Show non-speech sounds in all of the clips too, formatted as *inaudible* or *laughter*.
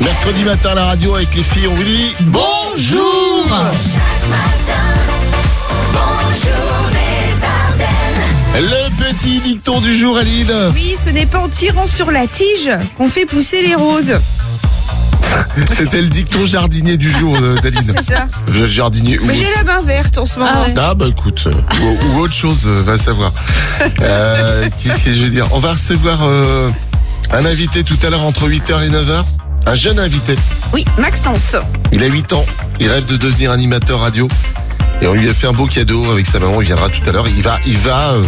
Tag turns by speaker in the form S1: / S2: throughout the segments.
S1: Mercredi matin à la radio avec les filles, on vous dit
S2: Bonjour
S1: le petit dicton du jour, Aline.
S3: Oui, ce n'est pas en tirant sur la tige qu'on fait pousser les roses.
S1: C'était le dicton jardinier du jour, euh, d'Aline.
S3: *laughs*
S1: *laughs*
S3: C'est ça.
S1: Le Jardinier ou
S3: Mais j'ai la main verte en ce moment.
S2: Ah ouais.
S1: Ah bah écoute, euh, ou, ou autre chose, euh, va savoir. Euh, Qu'est-ce que je veux dire On va recevoir euh, un invité tout à l'heure entre 8h et 9h. Un jeune invité.
S3: Oui, Maxence.
S1: Il a 8 ans. Il rêve de devenir animateur radio. Et on lui a fait un beau cadeau avec sa maman. Il viendra tout à l'heure. Il va, il va euh,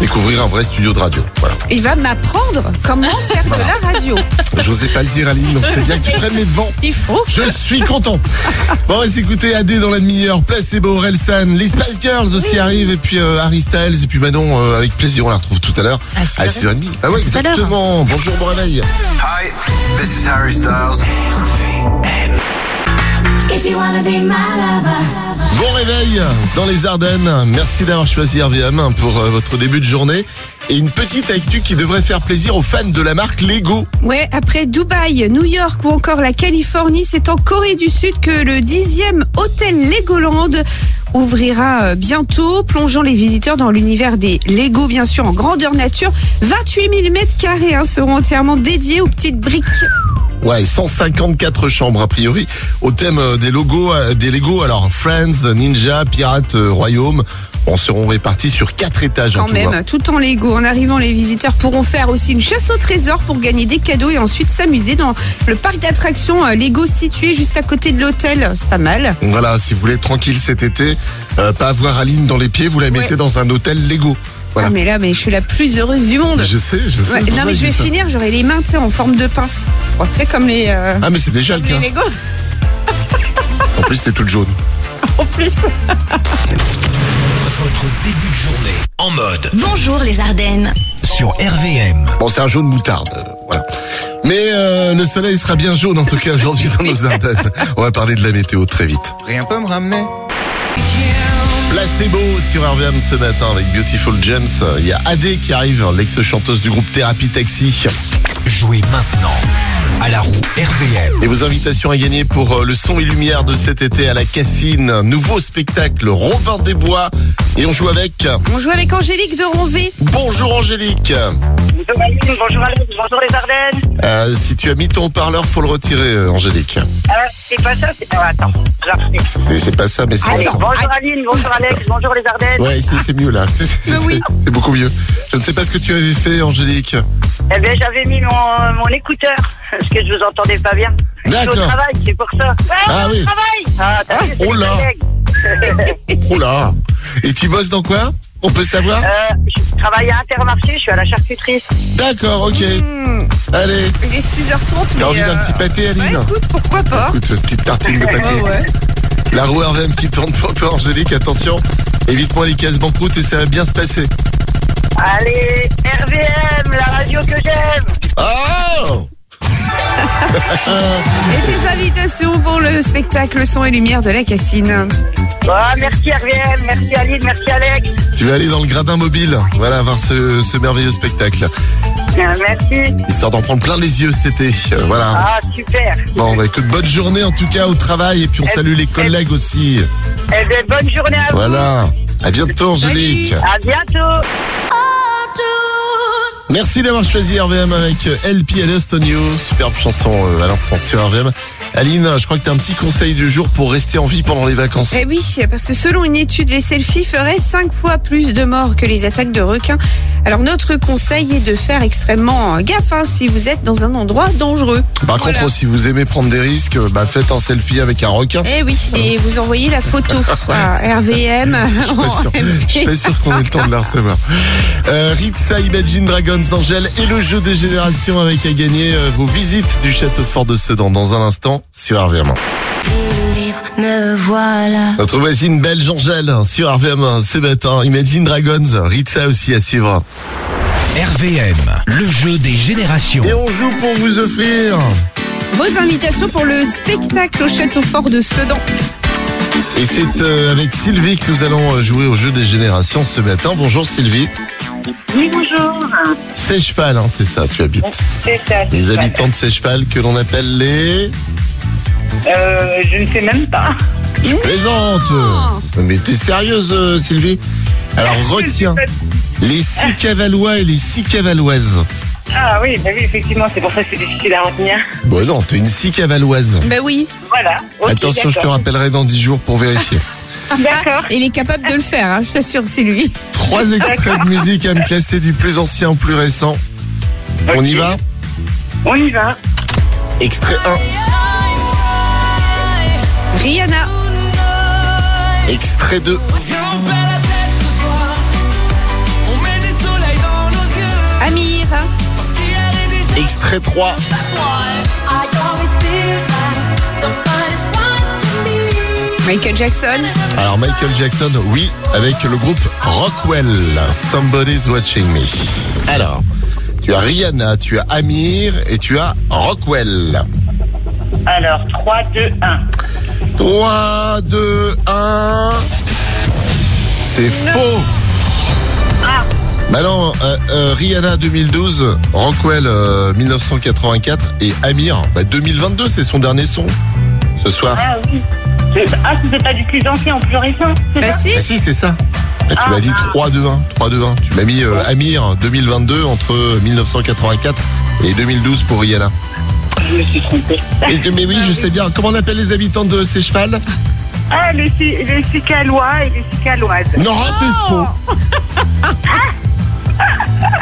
S1: découvrir un vrai studio de radio.
S2: *laughs*
S1: Voilà.
S3: Il va m'apprendre comment faire de la radio.
S1: J'osais pas le dire, Aline, donc c'est
S2: *laughs*
S1: bien que tu prennes les devants.
S3: Il faut.
S1: Je suis content. Bon, on va s'écouter AD dans la demi-heure, Placebo, Relsan, les Spice Girls aussi arrivent, et puis euh, Harry Styles, et puis Manon, euh, avec plaisir, on la retrouve tout à l'heure
S2: À 6h30.
S1: à 6h30. Ah ouais,
S2: Tout à l'heure.
S1: exactement. Bonjour, bon réveil.
S4: Hi, this is Harry Styles.
S5: If you wanna be my lover.
S1: Bon réveil dans les Ardennes. Merci d'avoir choisi RVM pour euh, votre début de journée. Et une petite actu qui devrait faire plaisir aux fans de la marque Lego.
S3: Ouais, après Dubaï, New York ou encore la Californie, c'est en Corée du Sud que le dixième hôtel Legoland ouvrira euh, bientôt, plongeant les visiteurs dans l'univers des Lego, bien sûr, en grandeur nature. 28 000 mètres carrés hein, seront entièrement dédiés aux petites briques.
S1: Ouais, 154 chambres a priori au thème euh, des logos, euh, des Lego. Alors Friends, Ninja, Pirates, euh, Royaume, on seront répartis sur quatre étages en
S3: Quand
S1: tout, hein.
S3: même, tout en Lego. En arrivant, les visiteurs pourront faire aussi une chasse au trésor pour gagner des cadeaux et ensuite s'amuser dans le parc d'attractions euh, Lego situé juste à côté de l'hôtel. C'est pas mal.
S1: Voilà, si vous voulez être tranquille cet été, euh, pas avoir Aline dans les pieds, vous la mettez dans un hôtel Lego. Voilà.
S3: Ah, mais là, mais je suis la plus heureuse du monde.
S1: Je sais, je sais.
S3: Ah,
S1: c'est
S3: Ouais,
S1: pour
S3: non
S1: ça
S3: mais
S1: que
S3: je vais
S1: dis ça.
S3: finir, j'aurai les mains tu sais, en forme de pince. Bon, tu sais comme les, euh,
S1: Ah mais c'est déjà le
S3: les
S1: cas.
S3: Lego *laughs*
S1: En plus c'est toute jaune.
S3: en plus.
S4: Votre début de journée en mode
S5: Bonjour les Ardennes.
S4: sur RVM.
S1: Bon c'est un jaune moutarde, euh, voilà. Mais euh, le soleil sera bien jaune en tout cas aujourd'hui dans nos Ardennes. On va parler de la météo très vite.
S4: Rien peut me ramener.
S1: Placebo sur RVM ce matin avec Beautiful James. Il y a Adé qui arrive, l'ex-chanteuse du groupe Thérapie Taxi.
S4: Jouez maintenant à la roue RVM.
S1: Et vos invitations à gagner pour euh, le son et lumière de cet été à la Cassine. Un Nouveau spectacle, Robin des Bois. Et on joue avec...
S3: On joue avec Angélique de Ronvé.
S1: Bonjour Angélique.
S6: Bonjour Aline, bonjour Alex, bonjour les Ardennes.
S1: Euh, si tu as mis ton haut-parleur, faut le retirer, euh, Angélique.
S6: Ah, c'est pas ça, c'est pas. Attends, je la refais.
S1: C'est c'est pas ça, mais c'est.
S6: Allez, bonjour Aline, bonjour Alex, bonjour les Ardennes.
S1: Ouais, c'est c'est mieux là. C'est c'est-
S3: Mais Bah oui.
S1: c'est- c'est beaucoup mieux. Je ne sais pas ce que tu avais fait, Angélique.
S6: Eh bien, j'avais mis mon, mon écouteur, *laughs* parce que je vous entendais pas bien. Je suis au
S1: D'accord.
S6: travail, c'est pour ça.
S1: Ah
S6: au
S1: oui.
S6: travail Ah, t'as vu, c'est
S1: Oh
S6: mes
S1: là.
S6: collègues.
S1: Oh là Et tu bosses dans quoi On peut savoir
S6: Euh, Je travaille à Intermarché, je suis à la charcuterie.
S1: D'accord, ok.
S3: Hmm,
S1: Allez,
S3: il est 6h30. mais,
S1: t'as envie d'un
S3: euh,
S1: petit pâté,
S3: bah,
S1: Aline
S3: écoute, pourquoi pas Ah
S1: Écoute, petite tartine de pâté.
S3: Ouais, ouais.
S1: La roue RVM qui tourne pour toi, Angélique. Attention, évite-moi les cases banqueroutes et ça va bien se passer.
S6: Allez, RVM, la radio que j'aime.
S1: Oh
S3: Et tes invitations pour le spectacle Son et Lumière de la Cassine.
S6: Ah, merci RVM, merci Aline, merci Alex.
S1: Tu vas aller dans le gradin mobile, voilà, voir ce, ce merveilleux spectacle.
S6: Euh, Merci.
S1: Histoire d'en prendre plein les yeux cet été. Euh, voilà.
S6: Ah, super.
S1: Bon, bah écoute, bonne journée en tout cas au travail et puis on
S6: Eh,
S1: salue les
S6: eh.
S1: collègues aussi.
S6: Eh bien, bonne journée à vous.
S1: Voilà. À bientôt, Angélique.
S6: À bientôt.
S1: Merci d'avoir choisi RVM avec euh, LPL Estonio. Superbe chanson euh, à l'instant sur RVM. Aline, je crois que t'as un petit conseil du jour pour rester en vie pendant les vacances.
S3: Eh oui, parce que selon une étude, les selfies feraient 5 fois plus de morts que les attaques de requins. Alors notre conseil est de faire extrêmement gaffe hein, si vous êtes dans un endroit dangereux.
S1: Par
S3: Voilà.
S1: Bah, contre, si vous aimez prendre des risques, euh, bah faites un selfie avec un requin.
S3: Eh oui, et vous envoyez
S1: *laughs*
S3: la photo à RVM.
S1: Je
S3: *laughs*
S1: suis pas sûr, je suis pas sûr qu'on ait le temps de la recevoir. Euh, Ritza, Imagine Dragons, Angel et le jeu des générations avec à gagner euh, vos visites du château fort de Sedan dans un instant sur RVM.
S5: Libre, me voilà.
S1: Notre voisine belge Angèle sur RVM ce matin. Imagine Dragons, Ritza aussi à suivre.
S4: RVM, le jeu des générations.
S1: Et on joue pour vous offrir.
S3: Vos invitations pour le spectacle au Château Fort de Sedan.
S1: Et c'est euh, avec Sylvie que nous allons euh, jouer au jeu des générations ce matin. Bonjour Sylvie.
S6: Oui, bonjour.
S1: Sècheval, hein, c'est ça, tu habites.
S6: C'est ça. c'est
S1: Les
S6: ça.
S1: habitants de Sècheval que l'on appelle les.
S6: Euh, je ne sais même pas.
S1: Je
S6: Ah.
S1: plaisante Mais t'es sérieuse, euh, Sylvie Alors retiens les six cavalois et les six cavaloises.
S6: *laughs* Ah oui, bah oui, effectivement, c'est pour ça que c'est difficile à retenir.
S1: Bon, non, t'es une six cavaloise.
S3: Ben oui.
S6: Voilà. Ok,
S1: Attention, je te
S6: d'accord.
S1: rappellerai dans dix jours pour
S6: *laughs*
S1: vérifier.
S6: D'accord.
S3: Ah, Il est capable de le faire, hein, je t'assure, c'est lui.
S1: Trois extraits de musique à me classer du plus ancien au plus récent. On y
S6: Ok.
S1: va
S6: On y va.
S1: Extrait
S3: Rihanna,
S1: 1, extrait 2,
S2: Viens, on perd la tête ce soir. On met des soleils dans nos yeux.
S3: Amir,
S2: Parce qu'il y a des déjà.
S1: extrait
S2: I
S1: 3,
S2: always feel like somebody's watching me.
S3: Michael Jackson,
S1: Alors Michael Jackson, oui, avec le groupe Rockwell, Somebody's Watching Me. Alors, tu as Rihanna, tu as Amir et tu as Rockwell.
S6: Alors, 3, 2, 1.
S1: 3, 2, 1. C'est faux. Bah non, euh, euh, Rihanna 2012, Rockwell euh, 1984 et Amir bah, 2022, c'est son dernier son ce soir.
S6: Ah oui. C'est- Ah, c'était pas du plus ancien au plus récent c'est
S3: bah
S6: ça
S3: si,
S1: Ah si, c'est ça. Ah, tu m'as dit 3-2-1. 3-2-1. Tu m'as mis euh, Amir 2022 entre euh, 1984 et 2012 pour Rihanna.
S6: Je me suis trompée.
S1: Et, mais Ah, oui, je sais bien. Comment on appelle les habitants de ces chevals
S6: Ah, les, Ci- les Cicalois et les Cicaloises.
S1: Non, c'est faux. *laughs*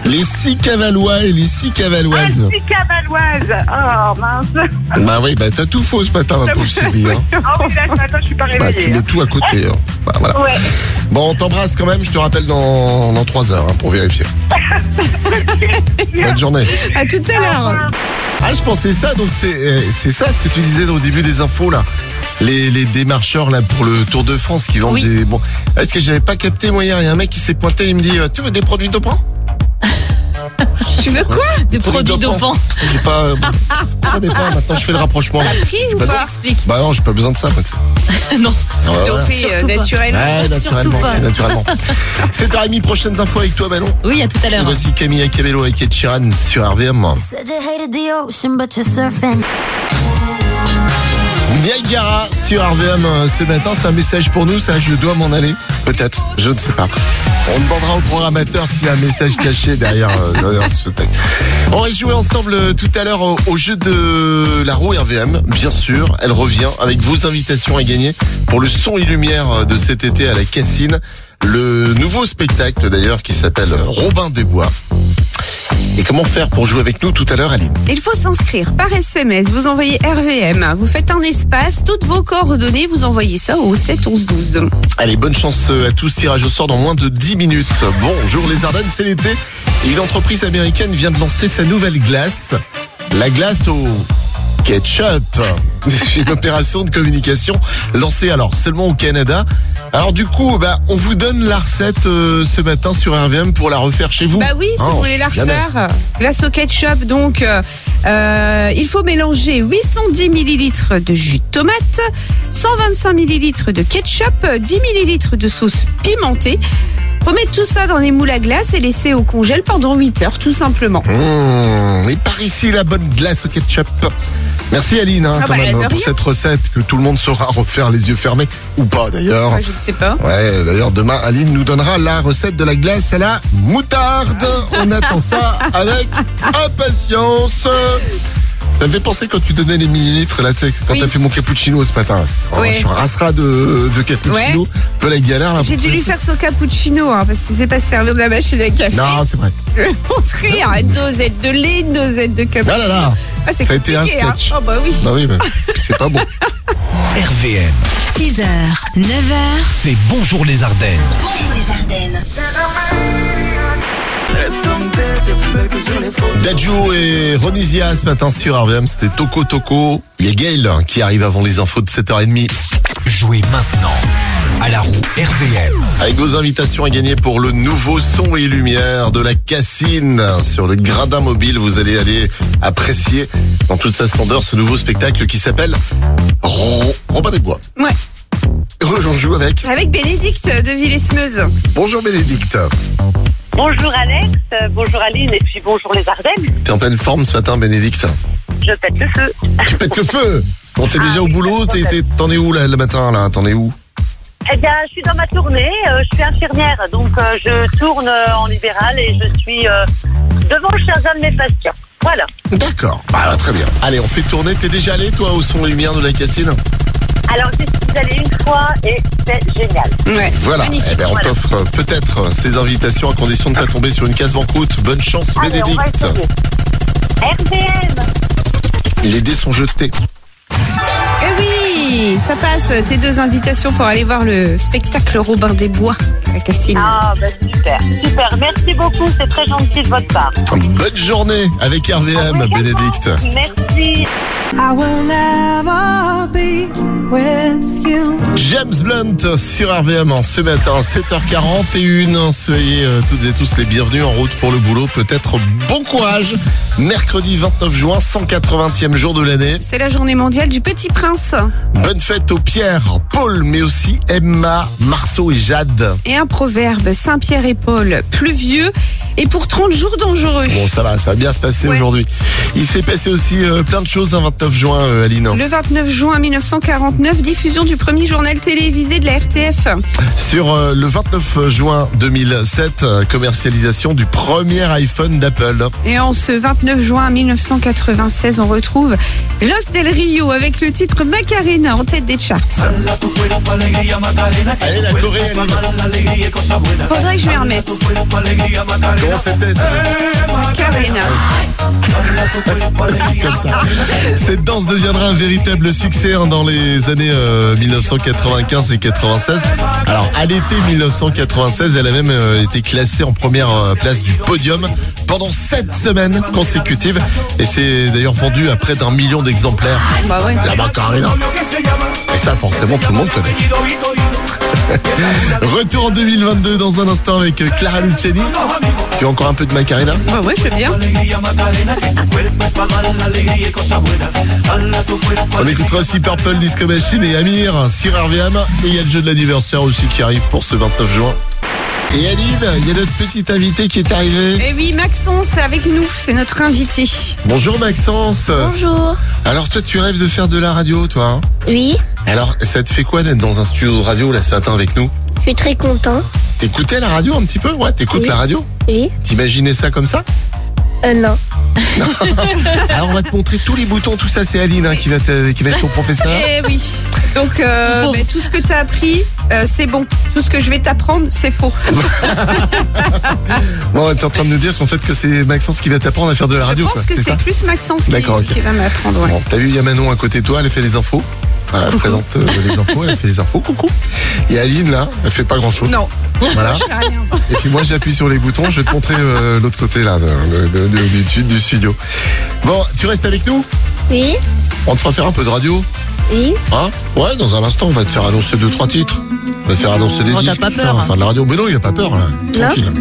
S1: Les six cavalois et les six
S6: Ah,
S1: cavaloises.
S6: Cicavaloises. Oh
S1: *laughs*
S6: mince.
S1: Bah oui, bah t'as tout faux ce matin, ma pauvre Sylvie. hein.
S6: Ah oui, là, ce matin, je suis pas
S1: Bah tu
S6: réveillée.
S1: mets tout à côté. hein. Bah, voilà.
S6: hein. Ouais.
S1: Bon, on t'embrasse quand même. Je te rappelle dans, dans 3 heures hein, pour *laughs* vérifier. Bonne journée.
S3: à tout à l'heure.
S1: Ah, je pensais ça, donc c'est euh, c'est ça ce que tu disais au début des infos là. Les, les démarcheurs là pour le Tour de France qui vendent
S3: Oui.
S1: des bon. Est-ce que j'avais pas capté moi hier Il y a un mec qui s'est pointé, il me dit euh, tu veux des produits dopants
S3: *laughs* Tu veux quoi
S7: de
S1: Produits
S7: produits dopants.
S1: J'ai pas. euh,
S3: *laughs*
S1: prenez pas. Maintenant je fais le rapprochement.
S3: Pris ou
S1: Bah,
S3: pas
S7: Explique.
S1: Bah non, j'ai pas besoin de ça. Moi, tu sais.
S3: *laughs*
S7: Non.
S1: Ah, ouais, ouais.
S3: Dopé euh,
S7: Surtout pas.
S3: naturellement.
S1: Ouais, naturellement,
S7: pas.
S1: c'est
S3: *laughs*
S1: naturellement. 7h30, prochaines infos avec toi, Manon.
S7: Oui, à tout à
S1: Et
S7: l'heure.
S1: voici Camilla Cabello et Ed Sheeran sur RVM.
S5: Said you hated the ocean, but you're surfing.
S1: Niagara sur RVM euh, ce matin, c'est un message pour nous, ça je dois m'en aller. Peut-être, je ne sais pas. On demandera au programmateur s'il y a un message caché derrière, euh, derrière ce texte. On va jouer ensemble euh, tout à l'heure au, au jeu de la roue RVM, bien sûr. Elle revient avec vos invitations à gagner pour le son et lumière euh, de cet été à la Cassine. Le nouveau spectacle d'ailleurs qui s'appelle euh, Robin des Bois. Et comment faire pour jouer avec nous tout à l'heure, Aline
S3: Il faut s'inscrire par SMS, vous envoyez RVM, vous faites un espace, toutes vos coordonnées, vous envoyez ça au 7 11 12.
S1: Allez, bonne chance à tous. Tirage au sort dans moins de 10 minutes. Bonjour les Ardennes, c'est l'été. Et une entreprise américaine vient de lancer sa nouvelle glace. La glace au ketchup. *laughs* une opération de communication lancée alors seulement au Canada. Alors du coup, bah, on vous donne la recette euh, ce matin sur RVM pour la refaire chez vous.
S3: Bah oui, si
S1: Hein,
S3: vous voulez la
S1: jamais.
S3: refaire, glace au ketchup, donc euh, euh, il faut mélanger 810 ml de jus de tomate, 125 ml de ketchup, 10 ml de sauce pimentée. Faut mettre tout ça dans des moules à glace et laisser au congèle pendant 8 heures, tout simplement.
S1: Mmh, et par ici, la bonne glace au ketchup. Merci Aline hein,
S3: Ah
S1: quand
S3: bah,
S1: même,
S3: de
S1: pour
S3: rien.
S1: cette recette que tout le monde saura refaire les yeux fermés ou pas d'ailleurs.
S3: Ouais, je ne sais pas.
S1: Ouais, d'ailleurs, demain, Aline nous donnera la recette de la glace à la moutarde. On attend ça avec impatience. Ça me fait penser quand tu donnais les millilitres, là, tu sais, quand
S3: Oui.
S1: t'as fait mon cappuccino ce matin. Oh,
S3: Ouais.
S1: Je suis un rasseras de, de cappuccino.
S3: Ouais.
S1: Un peu la galère, là.
S3: J'ai
S1: pour
S3: dû
S1: trouver-
S3: lui faire son cappuccino hein, parce qu'il s'est pas servir de la machine à café.
S1: Non, c'est vrai.
S3: Je vais montrer hein, dosette de lait, dosette de cappuccino.
S1: Ah là là.
S3: Ah, c'est
S1: Ça a été
S3: compliqué,
S1: un
S3: hein.
S1: sketch.
S3: Oh bah oui.
S1: Bah oui,
S3: *laughs*
S1: mais c'est pas bon.
S4: RVM,
S7: 6h, 9h.
S4: c'est Bonjour les Ardennes.
S5: Bonjour les Ardennes.
S1: Dadju et Ronisia ce matin sur RVM, c'était Toco Toco. Il y a Gail qui arrive avant les infos de 7h30.
S4: Jouez maintenant à la roue RVM.
S1: Avec vos invitations à gagner pour le nouveau son et lumière de la Cassine sur le Gradin Mobile, vous allez aller apprécier dans toute sa splendeur ce nouveau spectacle qui s'appelle Ro- Robin des Bois.
S3: Ouais.
S1: Aujourd'hui, on joue avec.
S3: Avec Bénédicte de Villesmeuse.
S1: Bonjour Bénédicte.
S6: Bonjour Alex, euh, bonjour Aline et puis bonjour les Ardennes.
S1: T'es en pleine forme ce matin, Bénédicte.
S6: Je pète le feu.
S1: Tu pètes le feu Bon, t'es déjà au boulot, t'es- t'es- t'en es où là, le matin là T'en es où
S6: Eh bien, je suis dans ma tournée, euh, je suis infirmière, donc euh, je tourne euh, en libéral et je suis euh, devant Shazam mes patients. Voilà.
S1: D'accord, bah très bien. Allez, on fait tourner. T'es déjà allé toi au son et lumière de la Cassine
S6: Alors, je suis allée une fois et c'est génial.
S3: Ouais.
S1: Voilà,
S3: Magnifique.
S1: Eh ben, on
S6: Voilà. Ah.
S1: t'offre euh, peut-être euh, ces invitations à condition de ne pas tomber sur une case banqueroute. Bonne chance
S6: Allez, on va
S1: Bénédicte.
S6: essayer. RBM
S1: Les dés sont jetés.
S3: Eh oui, ça passe. Tes deux invitations pour aller voir le spectacle Robin des Bois à Cassine.
S6: Ah, bah super, super. Merci beaucoup, c'est très gentil de votre part.
S1: Bonne journée avec
S6: Ah
S1: RVM Bénédicte.
S6: Merci.
S1: James Blunt sur RVM en hein, ce matin 7h41. Soyez euh, toutes et tous les bienvenus en route pour le boulot. Peut-être bon courage. Mercredi 29 juin, 180e jour de l'année.
S3: C'est la journée mondiale du Petit Prince.
S1: Bonne fête aux Pierre, Paul, mais aussi Emma, Marceau et Jade.
S3: Et un proverbe, Saint-Pierre et Paul, pluvieux et pour 30 jours dangereux.
S1: Bon, ça va, ça va bien se passer
S3: Ouais.
S1: aujourd'hui. Il s'est passé aussi euh, plein de choses un 29 juin, euh, Aline.
S3: Le 29 juin 1949, diffusion du premier journal télévisé de la RTF.
S1: Sur euh, le 29 juin 2007, euh, commercialisation du premier iPhone d'Apple.
S3: Et en ce 29 juin 1996, on retrouve Los Del Rio avec le titre Macarena en tête des charts.
S1: Allez, la Corée, Aline.
S3: Faudrait que je m'y remette.
S1: Comment c'était ça
S3: Macarena.
S1: comme ça. Cette danse deviendra un véritable succès hein, dans les années euh, 1995 et 96. Alors à l'été 1996, elle a même euh, été classée en première euh, place du podium pendant sept semaines consécutives et c'est d'ailleurs vendu à près d'un million d'exemplaires.
S3: Bah ouais.
S1: La Macarena. Et ça forcément tout le monde connaît. Retour en 2022 dans un instant avec euh, Clara Luciani. Tu as encore un peu de Macarena
S3: Bah ouais, je veux bien.
S1: On écoutera aussi Purple Disco Machine et Amir sur RVM. Et il y a le jeu de l'anniversaire aussi qui arrive pour ce 29 juin. Et Aline, il y a notre petit invité qui est arrivé.
S3: Et Eh oui, Maxence est avec nous, c'est notre invité.
S1: Bonjour Maxence.
S5: Bonjour.
S1: Alors toi, tu rêves de faire de la radio, toi hein
S5: Oui,
S1: Alors, ça te fait quoi d'être dans un studio de radio là ce matin avec nous
S5: je suis très content.
S1: T'écoutais la radio un petit peu Ouais, t'écoutes
S5: Oui.
S1: la radio
S5: Oui.
S1: T'imaginais ça comme
S3: *laughs*
S1: ça
S5: Euh, non.
S1: Alors, on va te montrer tous les boutons, tout ça. C'est Aline hein, qui, va te- qui va être ton
S3: *laughs*
S1: professeur.
S3: Eh oui. Donc, euh, mais tout ce que t'as appris, euh, c'est bon. Tout ce que je vais t'apprendre, c'est faux.
S1: Bon, t'es en train de nous dire qu'en fait, que c'est Maxence qui va t'apprendre à faire de la radio.
S3: je pense
S1: quoi,
S3: que
S1: ça
S3: c'est plus Maxence qui,
S1: D'accord, ok.
S3: qui va m'apprendre. ouais.
S1: Bon, t'as vu, il y a Manon à côté de toi, elle fait les infos. Voilà, elle présente euh, les infos, elle fait les infos, coucou. Et Aline, là, elle fait pas grand chose.
S3: Non,
S1: Voilà.
S3: je fais
S1: *laughs*
S3: rien.
S1: Et puis moi, j'appuie sur les boutons, je vais te montrer euh, l'autre côté, là, de- de- de- du, du- du studio. Bon, tu restes avec nous
S5: Oui,
S1: On te fera faire un peu de radio,
S5: oui.
S1: hein Ouais, dans un instant, on va te faire annoncer deux, trois titres. On va te faire annoncer des
S8: Oh, t'as
S1: disques,
S8: pas
S1: tout ça,
S8: peur,
S1: on va faire de la radio. Mais non, il a pas peur, là. Tranquille.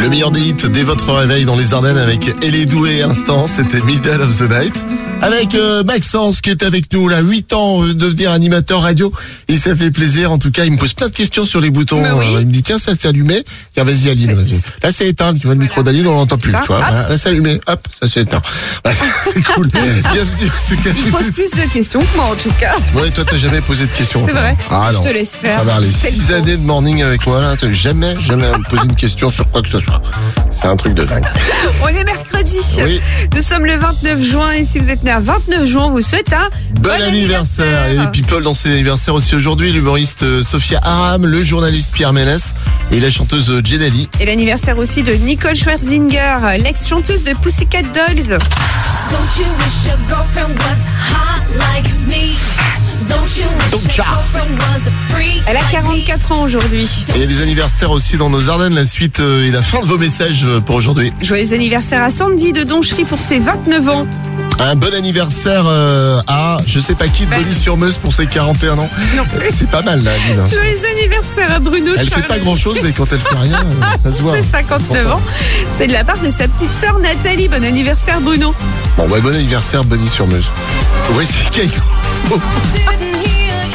S1: Le meilleur des hits dès votre réveil dans les Ardennes avec Elle est douée instant, c'était Middle of the Night. Avec euh, Maxence qui est avec nous, là, 8 ans, euh, devenir animateur radio. Et ça fait plaisir, en tout cas, il me pose plein de questions sur les boutons.
S3: Mais oui.
S1: Euh, il me dit, tiens, ça s'est allumé. Tiens, vas-y Aline, vas-y. Là, c'est éteint, tu vois, le micro d'Aline, on l'entend plus.
S3: Éteint.
S1: Tu vois,
S3: Hop.
S1: Voilà, là, c'est allumé, hop, ça s'est éteint.
S3: *laughs*
S1: Voilà, *laughs* c'est cool. Bienvenue, en tout cas,
S3: Il
S1: à
S3: pose
S1: tous.
S3: plus de questions que moi, en tout cas.
S1: Ouais, toi, t'as jamais posé de questions.
S3: C'est vrai.
S1: Ah,
S3: je
S1: non.
S3: te laisse
S1: À
S3: faire.
S1: travers les
S3: C'est le
S1: six
S3: faux.
S1: années de morning avec moi, là, t'as jamais, jamais à me poser une question sur quoi que ce soit. C'est un truc de dingue.
S3: On est mercredi.
S1: Oui.
S3: Nous sommes le 29 juin et si vous êtes né à 29 juin, on vous souhaite un
S1: Bon, anniversaire. Et People dans ses anniversaires aussi aujourd'hui, l'humoriste euh, Sophia Aram, le journaliste Pierre Ménès et la chanteuse euh, Jenali.
S3: Et l'anniversaire aussi de Nicole Schwerzinger, l'ex-chanteuse de Pussycat Dolls.
S9: Don't you wish your girlfriend was hot like me? Don't you wish
S1: Don't
S9: your
S1: ya.
S9: girlfriend was a freak
S3: Elle a
S9: like me?
S3: 44 ans aujourd'hui.
S1: Et il y a des anniversaires aussi dans nos Ardennes, la suite euh, et la fin de vos messages euh, pour aujourd'hui.
S3: Joyeux anniversaire à Sandy de Donchery pour ses 29 ans.
S1: Un bon anniversaire euh, à je sais pas qui de
S3: Bah.
S1: Bonny-sur-Meuse pour ses 41 ans. C'est pas mal, là, Aline.
S3: *laughs* Joyeux anniversaire à Bruno
S1: Elle fait
S3: Charles.
S1: pas grand chose, mais quand elle fait rien, euh, ça se voit.
S3: C'est
S1: On
S3: 59
S1: s'entend.
S3: ans. C'est de la part de sa petite sœur Nathalie. Bon anniversaire Bruno.
S1: Bon, bah, bon anniversaire, Bonnie sur Meuse. Voici Keiko.
S9: Sitting here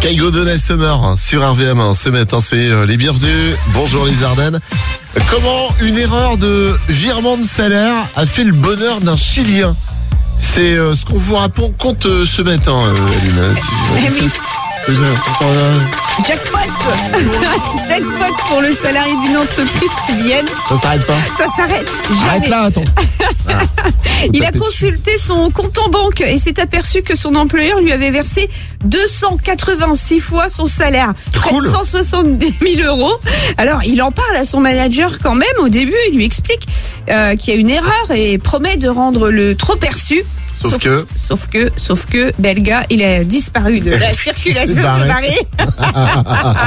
S1: Kaigo Donnet Summer hein, sur RVM ce matin. Soyez euh, les bienvenus. Bonjour les Ardennes. Comment une erreur de virement de salaire a fait le bonheur d'un Chilien C'est euh, ce qu'on vous raconte euh, ce matin, euh, Aline.
S3: Eh oui.
S1: C'est- c'est-
S3: Jackpot *laughs* Jackpot pour le salarié d'une entreprise chilienne.
S1: Ça s'arrête pas.
S3: Ça s'arrête
S1: Arrête
S3: jamais.
S1: là,
S3: *laughs*
S1: attends. Voilà. Faut
S3: Ah, Il a
S1: taper dessus.
S3: consulté son compte en banque et s'est aperçu que son employeur lui avait versé 286 fois son salaire. Près
S1: Cool.
S3: de 170 000 euros. Alors, il en parle à son manager quand même au début. Il lui explique euh, qu'il y a une erreur et promet de rendre le trop perçu.
S1: Sauf que.
S3: Sauf que, sauf que, Belga, il a disparu
S1: *laughs*
S3: de la circulation.
S1: s'est barré.
S3: c'est barré.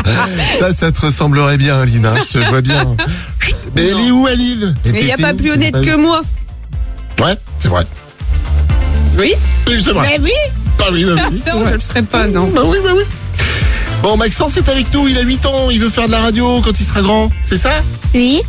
S1: *laughs* Ça, ça te ressemblerait bien, Aline. hein, je te vois bien. Chut, Mais elle est où, Aline
S3: Mais il n'y a
S1: t'étais
S3: pas
S1: où
S3: plus honnête
S1: T'as
S3: que
S1: pas
S3: moi.
S1: vu Ouais, c'est vrai.
S3: Oui
S1: Oui, c'est vrai.
S3: Mais oui
S1: Bah oui, bah oui, c'est
S3: *laughs* Non, je
S1: vrai.
S3: le ferai pas, non.
S1: Bah oui, bah oui. Bon, Maxence est avec nous. Il a 8 ans. Il veut faire de la radio quand il sera grand. C'est ça
S5: Oui.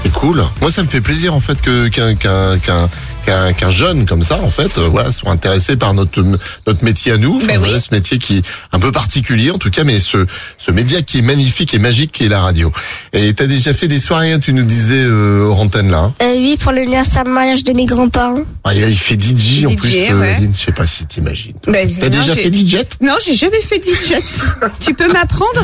S1: C'est cool. Moi, ça me fait plaisir, en fait, que- qu'un qu'un qu'un- qu'un- qu'un jeune comme ça, en fait, euh, voilà, soit intéressé par notre, notre métier à nous. Enfin,
S3: Ben oui.
S1: voilà, ce métier qui est un peu particulier, en tout cas, mais ce, ce média qui est magnifique et magique, qui est la radio. Et t'as déjà fait des soirées, hein, tu nous disais, euh, hors antenne, là. hein.
S5: Euh, oui, pour l'anniversaire de mariage de mes grands-parents.
S1: Ah, il il fait DJ, en
S3: DJ,
S1: plus,
S3: ouais.
S1: Aline, je sais pas si t'imagines.
S3: Mais
S1: T'as
S3: non,
S1: déjà
S3: j'ai-
S1: fait DJ
S3: Non, j'ai jamais fait DJ.
S1: *laughs*
S3: tu peux m'apprendre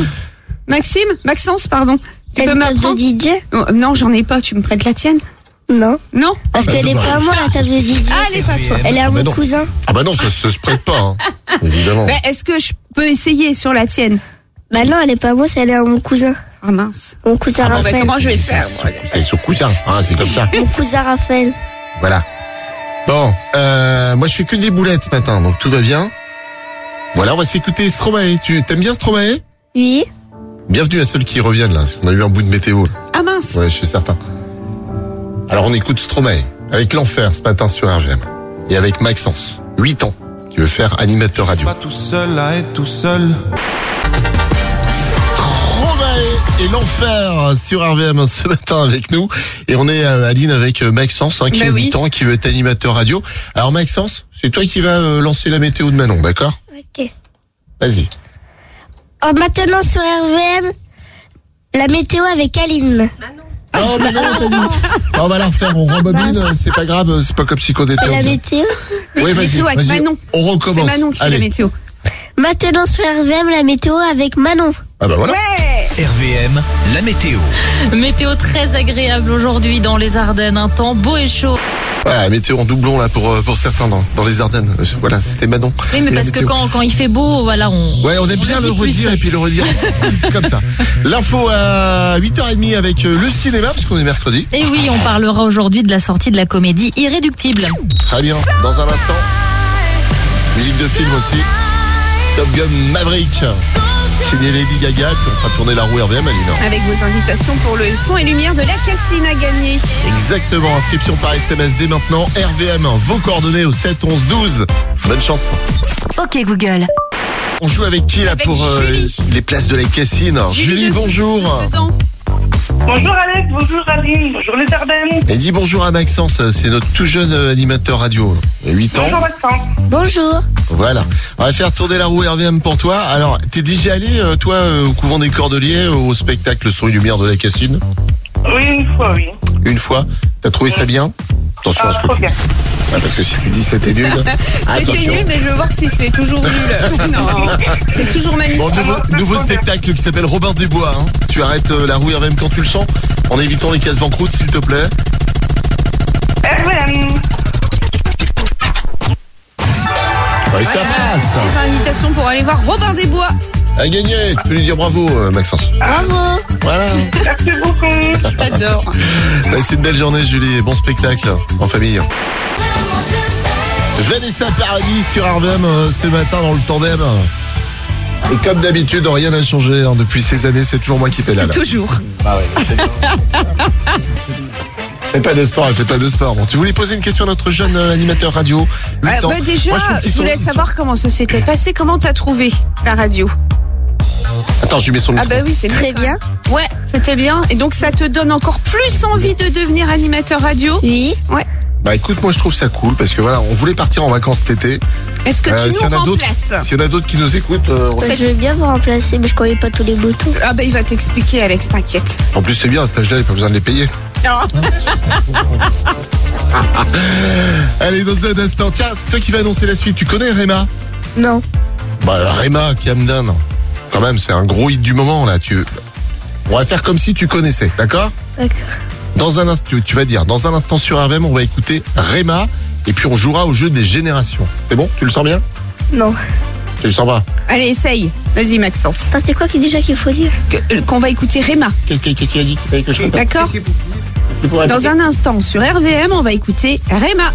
S3: Maxime Maxence, pardon. Tu peux
S5: Une table
S3: m'apprendre
S5: de DJ
S3: Oh, Non, j'en ai pas. Tu me prêtes la tienne
S5: Non.
S3: Non
S5: Parce
S1: bah,
S5: qu'elle est
S1: dommage.
S5: pas à moi, la table de DJ.
S3: Ah, elle est pas toi.
S5: Elle est à
S1: Ah, bah
S5: mon
S1: non.
S5: cousin.
S1: Ah bah non, ça, ça se prête
S3: *laughs*
S1: pas, hein. évidemment.
S3: Mais Ben, Est-ce que je peux essayer sur la tienne
S5: Bah non, elle est pas à moi, c'est elle est à mon cousin.
S3: Ah mince.
S5: Mon cousin
S1: Ah, bah,
S5: Raphaël.
S3: ben, comment je vais faire
S1: C'est son cousin, hein, c'est comme ça.
S5: Mon cousin Raphaël.
S1: Voilà. Bon, euh, moi je fais que des boulettes ce matin, donc tout va bien. Voilà, on va s'écouter Stromae. Tu t'aimes bien Stromae
S5: Oui.
S1: Bienvenue à ceux qui reviennent là, parce qu'on a eu un bout de météo. là.
S3: Ah mince.
S1: Ouais, je suis certain. Alors on écoute Stromae avec l'enfer ce matin sur RVM et avec Maxence, 8 ans, qui veut faire animateur radio.
S8: Pas tout seul à être tout seul.
S1: Stromae et l'enfer sur RVM ce matin avec nous. Et on est à Aline avec euh, Maxence, hein, qui
S3: Bah
S1: a
S3: oui.
S1: 8 ans, qui veut être animateur radio. Alors Maxence, c'est toi qui vas euh, lancer la météo de Manon, d'accord
S5: Ok.
S1: Vas-y.
S5: Oh, maintenant sur RVM, la météo avec Aline.
S1: Oh, mais non, t'as dit. On va la refaire, on rembobine, euh, c'est pas grave, euh, c'est pas comme si qu'on était
S5: C'est la
S1: en-
S5: météo.
S1: Oui, vas-y,
S3: Météo avec
S1: vas-y.
S3: Manon.
S1: On recommence.
S3: C'est Manon qui fait
S1: Allez.
S3: la météo.
S5: Maintenant sur RVM, la météo avec Manon.
S1: Ah bah voilà.
S4: RVM, la météo.
S10: Météo très agréable aujourd'hui dans les Ardennes, un temps beau et chaud.
S1: Voilà, météo en doublon là pour, euh, pour certains dans, dans les Ardennes. Euh, Voilà, c'était Manon.
S10: Oui, mais
S1: Et la
S10: parce que
S1: météo.
S10: quand, quand il fait beau, voilà, on.
S1: Ouais, on aime
S10: on
S1: bien
S10: le
S1: le
S10: dit plus.
S1: redire et puis le redire. c'est comme ça. L'info à 8h30 avec euh, le cinéma, parce qu'on est mercredi.
S10: Et Eh oui, on parlera aujourd'hui de la sortie de la comédie Irréductible.
S1: Très bien, dans un instant. Musique de film aussi. Top Gun Maverick. Signé Lady Gaga, puis on fera tourner la roue RVM, Aline.
S3: Avec vos invitations pour le son et lumière de la Cassine à gagner.
S1: Exactement, inscription par SMS dès maintenant. RVM, vos coordonnées au 7 11 12. Bonne chance.
S7: Ok Google.
S1: On joue avec qui là
S3: Avec
S1: pour euh,
S3: Julie.
S1: les places de la Cassine Julie,
S3: de-
S1: bonjour.
S3: de Sedan.
S6: Bonjour Alex, bonjour Aline, bonjour les Ardennes.
S1: Et dis bonjour à Maxence, c'est notre tout jeune euh, animateur radio. Il a 8 ans.
S6: Bonjour Maxence.
S5: Bonjour.
S1: Voilà. On va faire tourner la roue RVM pour toi. Alors, t'es déjà allé, euh, toi, euh, au couvent des Cordeliers, euh, au spectacle Son et Lumière de la Cassine
S6: Oui, une fois, oui.
S1: Une fois. T'as trouvé ça bien Attention à
S6: Ah,
S1: ce que
S6: trop
S1: tu-
S6: bien.
S1: Ouais, Parce que si tu dis c'était
S6: *laughs*
S1: nul.
S3: C'était
S1: Ah, attention.
S3: nul, mais je veux voir si c'est
S1: *laughs*
S3: toujours nul. non, c'est toujours magnifique.
S1: Bon, nouveau, nouveau spectacle qui s'appelle Robert Desbois. Hein. Tu arrêtes euh, la roue RVM quand tu le sens, en évitant les cases banqueroute, s'il te plaît.
S6: RVM.
S1: Ouais, ça passe Ah,
S3: Les invitations pour aller voir Robin des Bois.
S1: À gagner Tu peux lui dire bravo, euh, Maxence.
S5: Bravo.
S1: Voilà Bah,
S6: Merci beaucoup.
S3: J'adore.
S1: C'est une belle journée, Julie, et bon spectacle en famille. Vanessa Paradis sur Arvem euh, ce matin dans le tandem. Et comme d'habitude, rien n'a changé. hein. Depuis ces années, c'est toujours moi qui pédale.
S3: Toujours.
S1: Elle fait pas de sport, elle fait pas de sport. Bon, tu voulais poser une question à notre jeune euh, animateur radio 8
S3: Ah,
S1: ans.
S3: bah déjà,
S1: Moi, je trouve
S3: je,
S1: qu'ils sont-
S3: voulais
S1: ils sont-
S3: savoir comment ça s'était passé, comment t'as trouvé la radio.
S1: Attends, je lui mets son
S3: Ah
S1: micro.
S3: bah oui, c'est
S5: Très
S3: mieux, quand
S5: bien.
S3: même. Ouais, c'était bien. Et donc ça te donne encore plus envie de devenir animateur radio.
S5: Oui.
S1: Bah, Bah écoute, moi je trouve ça cool parce que voilà, on voulait partir en vacances cet été.
S3: Est-ce que
S1: Euh,
S3: tu
S1: s'il y en
S3: nous
S1: a d'autres,
S3: remplaces
S1: s'il y en a d'autres qui nous écoutent, euh, ouais.
S5: Je veux bien vous remplacer, mais je connais pas tous les boutons.
S3: Ah bah il va t'expliquer Alex, t'inquiète.
S1: en plus c'est bien, à cet âge-là, il n'y a pas besoin de les payer.
S3: Alors,
S1: *laughs* Allez, dans un instant, tiens, c'est toi qui vas annoncer la suite. Tu connais Réma
S5: Non.
S1: Bah Réma Camden, quand même, c'est un gros hit du moment là. Tu... On va faire comme si tu connaissais, d'accord
S5: D'accord.
S1: Dans un instant, tu- tu vas dire, dans un instant sur RVM, on va écouter Réma et puis on jouera au jeu des générations. C'est bon Tu le sens bien
S5: Non.
S1: Tu le sens pas
S3: allez, essaye. Vas-y Maxence.
S5: Ah, c'est quoi qui déjà qu'il faut dire
S3: Que- euh, Qu'on va écouter Réma,
S1: Qu'est-ce qu'il qu'est-ce qu'il a dit qu'il fallait que je répète
S3: d'accord Dans un instant sur RVM, on va écouter Réma.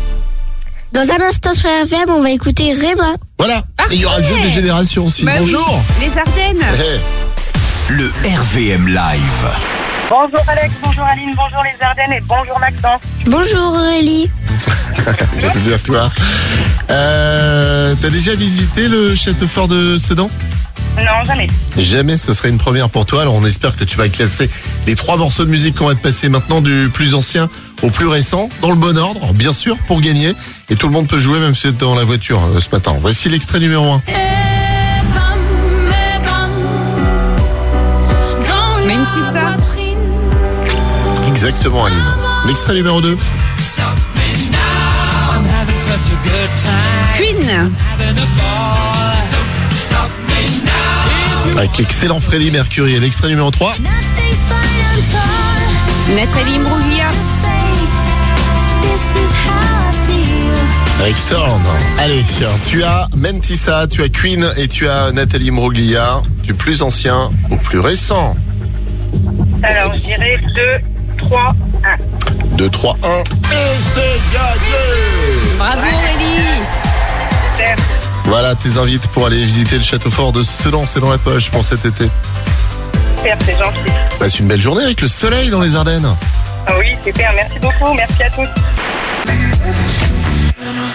S5: Dans un instant sur RVM, on va écouter Réma.
S1: Voilà Et il y aura le jeu
S3: Parfait
S1: des générations aussi.
S3: Bah oui,
S1: Bonjour
S3: Les Ardennes.
S1: Eh,
S4: Le RVM Live.
S6: Bonjour Alex, bonjour Aline, bonjour les Ardennes et bonjour Maxence.
S5: Bonjour Aurélie.
S1: Je veux dire, toi. Euh, T'as déjà visité le château fort de Sedan
S6: Non, jamais.
S1: Jamais ce serait une première pour toi. Alors on espère que tu vas classer les trois morceaux de musique qu'on va te passer maintenant du plus ancien au plus récent, dans le bon ordre, bien sûr, pour gagner. Et tout le monde peut jouer, même si tu es dans la voiture euh, ce matin. Voici l'extrait numéro 1.
S3: Mentissa.
S1: Exactement, Aline. L'extrait numéro 2.
S3: Queen.
S1: Avec l'excellent Freddie Mercury. Et l'extrait numéro 3.
S3: Nathalie Imbruglia.
S1: Avec Thorn. Allez, tu as Mentissa, tu as Queen et tu as Nathalie Mroglia, du plus ancien au plus récent.
S6: Alors, je dirais 2, 3, 1.
S1: 2, 3, 1. Et c'est gagné
S3: Bravo Aurélie.
S6: Super.
S1: Voilà tes invites pour aller visiter le château fort de Sedan, c'est dans la poche pour cet été.
S6: Super, c'est gentil.
S1: Passe une belle journée avec le soleil dans les Ardennes.
S6: Ah oui, super, merci beaucoup, merci à tous.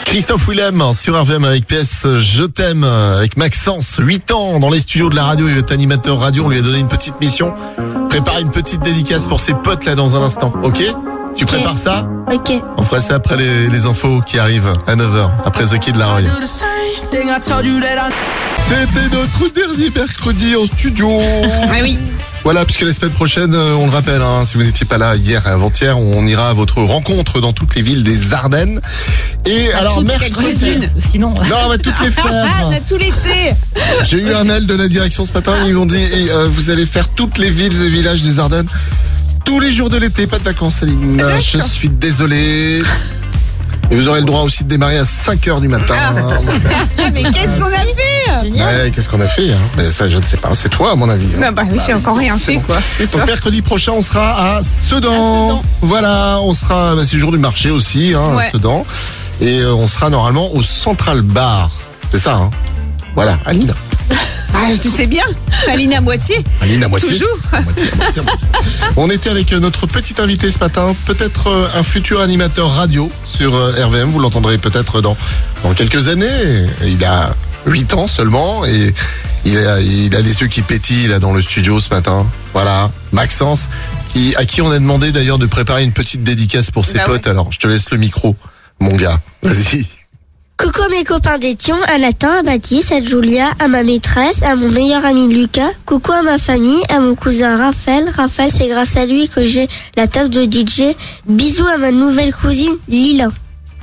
S1: Christophe Willem sur RVM avec PS Je t'aime avec Maxence, 8 ans dans les studios de la radio, il est animateur radio, on lui a donné une petite mission. Prépare une petite dédicace pour ses potes là dans un instant, ok Tu prépares ça
S5: Ok.
S1: On fera ça après les, les infos qui arrivent à 9h, après The Kid Laroi.
S2: Do the same thing I told you that I
S1: C'était notre dernier mercredi en studio.
S3: *laughs* Ah oui.
S1: voilà, puisque la semaine prochaine, euh, on le rappelle, hein, si vous n'étiez pas là hier et avant-hier, on ira à votre rencontre dans toutes les villes des Ardennes. Et alors,
S3: toutes,
S1: mercredi...
S3: quelques-unes.
S10: Sinon,
S1: Non, on va toutes
S3: *laughs*
S1: les
S3: Ah, ah, on
S1: faire.
S3: a tout l'été.
S1: J'ai eu un mail de la direction ce matin. Ils m'ont dit eh, euh, Vous allez faire toutes les villes et villages des Ardennes tous les jours de l'été. Pas de vacances,
S3: Ah,
S1: Aline. Je suis désolé. Et vous aurez le droit aussi de démarrer à 5h du matin.
S3: Ah, mais qu'est-ce qu'on a fait
S1: Ouais, Qu'est-ce qu'on a fait hein Mais Ça, je ne sais pas. C'est toi, à mon avis. hein.
S3: Non, bah oui, j'ai encore rien fait, quoi. C'est ça.
S1: Donc mercredi prochain, on sera à Sedan. Voilà, on sera, bah, c'est le jour du marché aussi, hein,
S3: Ouais.
S1: à Sedan. Et euh, on sera normalement au Central Bar. C'est ça, hein Voilà, Aline.
S3: Ah, je sais bien. Aline à moitié.
S1: Aline à moitié.
S3: Toujours.
S1: À moitié, à moitié, à moitié. on était avec euh, notre petit invité ce matin, peut-être euh, un futur animateur radio sur euh, RVM. Vous l'entendrez peut-être dans, dans quelques années. Il a 8 ans seulement et il a, il a les yeux qui pétillent là dans le studio ce matin. Voilà, Maxence, qui, à qui on a demandé d'ailleurs de préparer une petite dédicace pour ses
S3: Bah ouais.
S1: potes. Alors, je te laisse le micro, mon gars. Vas-y.
S5: Coucou mes copains d'Étion, à Nathan, à Baptiste, à Julia, à ma maîtresse, à mon meilleur ami Lucas. Coucou à ma famille, à mon cousin Raphaël. Raphaël, c'est grâce à lui que j'ai la table de DJ. Bisous à ma nouvelle cousine Lila.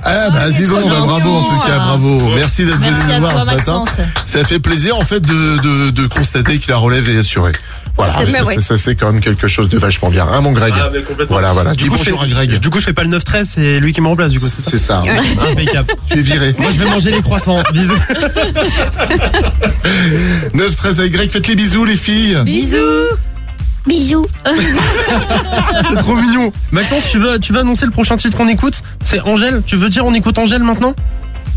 S1: Ah bah dis donc,
S10: trop
S1: bah, bravo en
S10: mignon.
S1: tout cas, bravo. Merci d'être venu
S10: merci
S1: nous
S10: à
S1: voir
S10: toi,
S1: ce matin.
S10: Maxence.
S1: Ça fait plaisir en fait de, de, de constater qu'il la relève est assurée. Voilà,
S3: C'est
S1: mais
S3: vrai,
S1: ça,
S3: ouais.
S1: ça, ça, c'est quand même quelque chose de vachement bien. Hein mon Greg
S11: Ah, mais complètement.
S1: Voilà, voilà. Dis
S11: je
S1: bonjour
S11: fais-
S1: à Greg.
S11: Du coup, je fais pas le 9-13, c'est lui qui me remplace, du coup, c'est ça.
S1: C'est ça, hein.
S11: *laughs* Impeccable.
S1: tu es viré.
S11: Moi, je vais manger les croissants. *laughs* Bisous.
S1: 9-13 avec Greg, faites les bisous les filles.
S3: Bisous.
S5: Bisous.
S11: C'est trop mignon. Maxence, tu veux, tu veux annoncer le prochain titre qu'on écoute C'est Angèle. Tu veux dire on écoute Angèle maintenant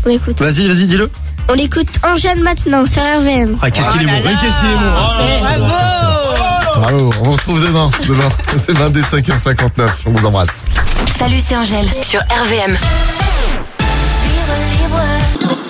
S5: On écoute.
S11: Vas-y, vas-y, dis-le.
S5: On écoute Angèle maintenant sur RVM.
S11: Ah, qu'est-ce qu'il est
S3: Oh là
S11: bon.
S3: là.
S11: Mais qu'est-ce qu'il est Oh bon.
S1: Bravo, on se retrouve demain. Demain, *laughs* demain dès 5h59. On vous embrasse.
S7: Salut, c'est Angèle sur RVM.
S9: Libre, libre.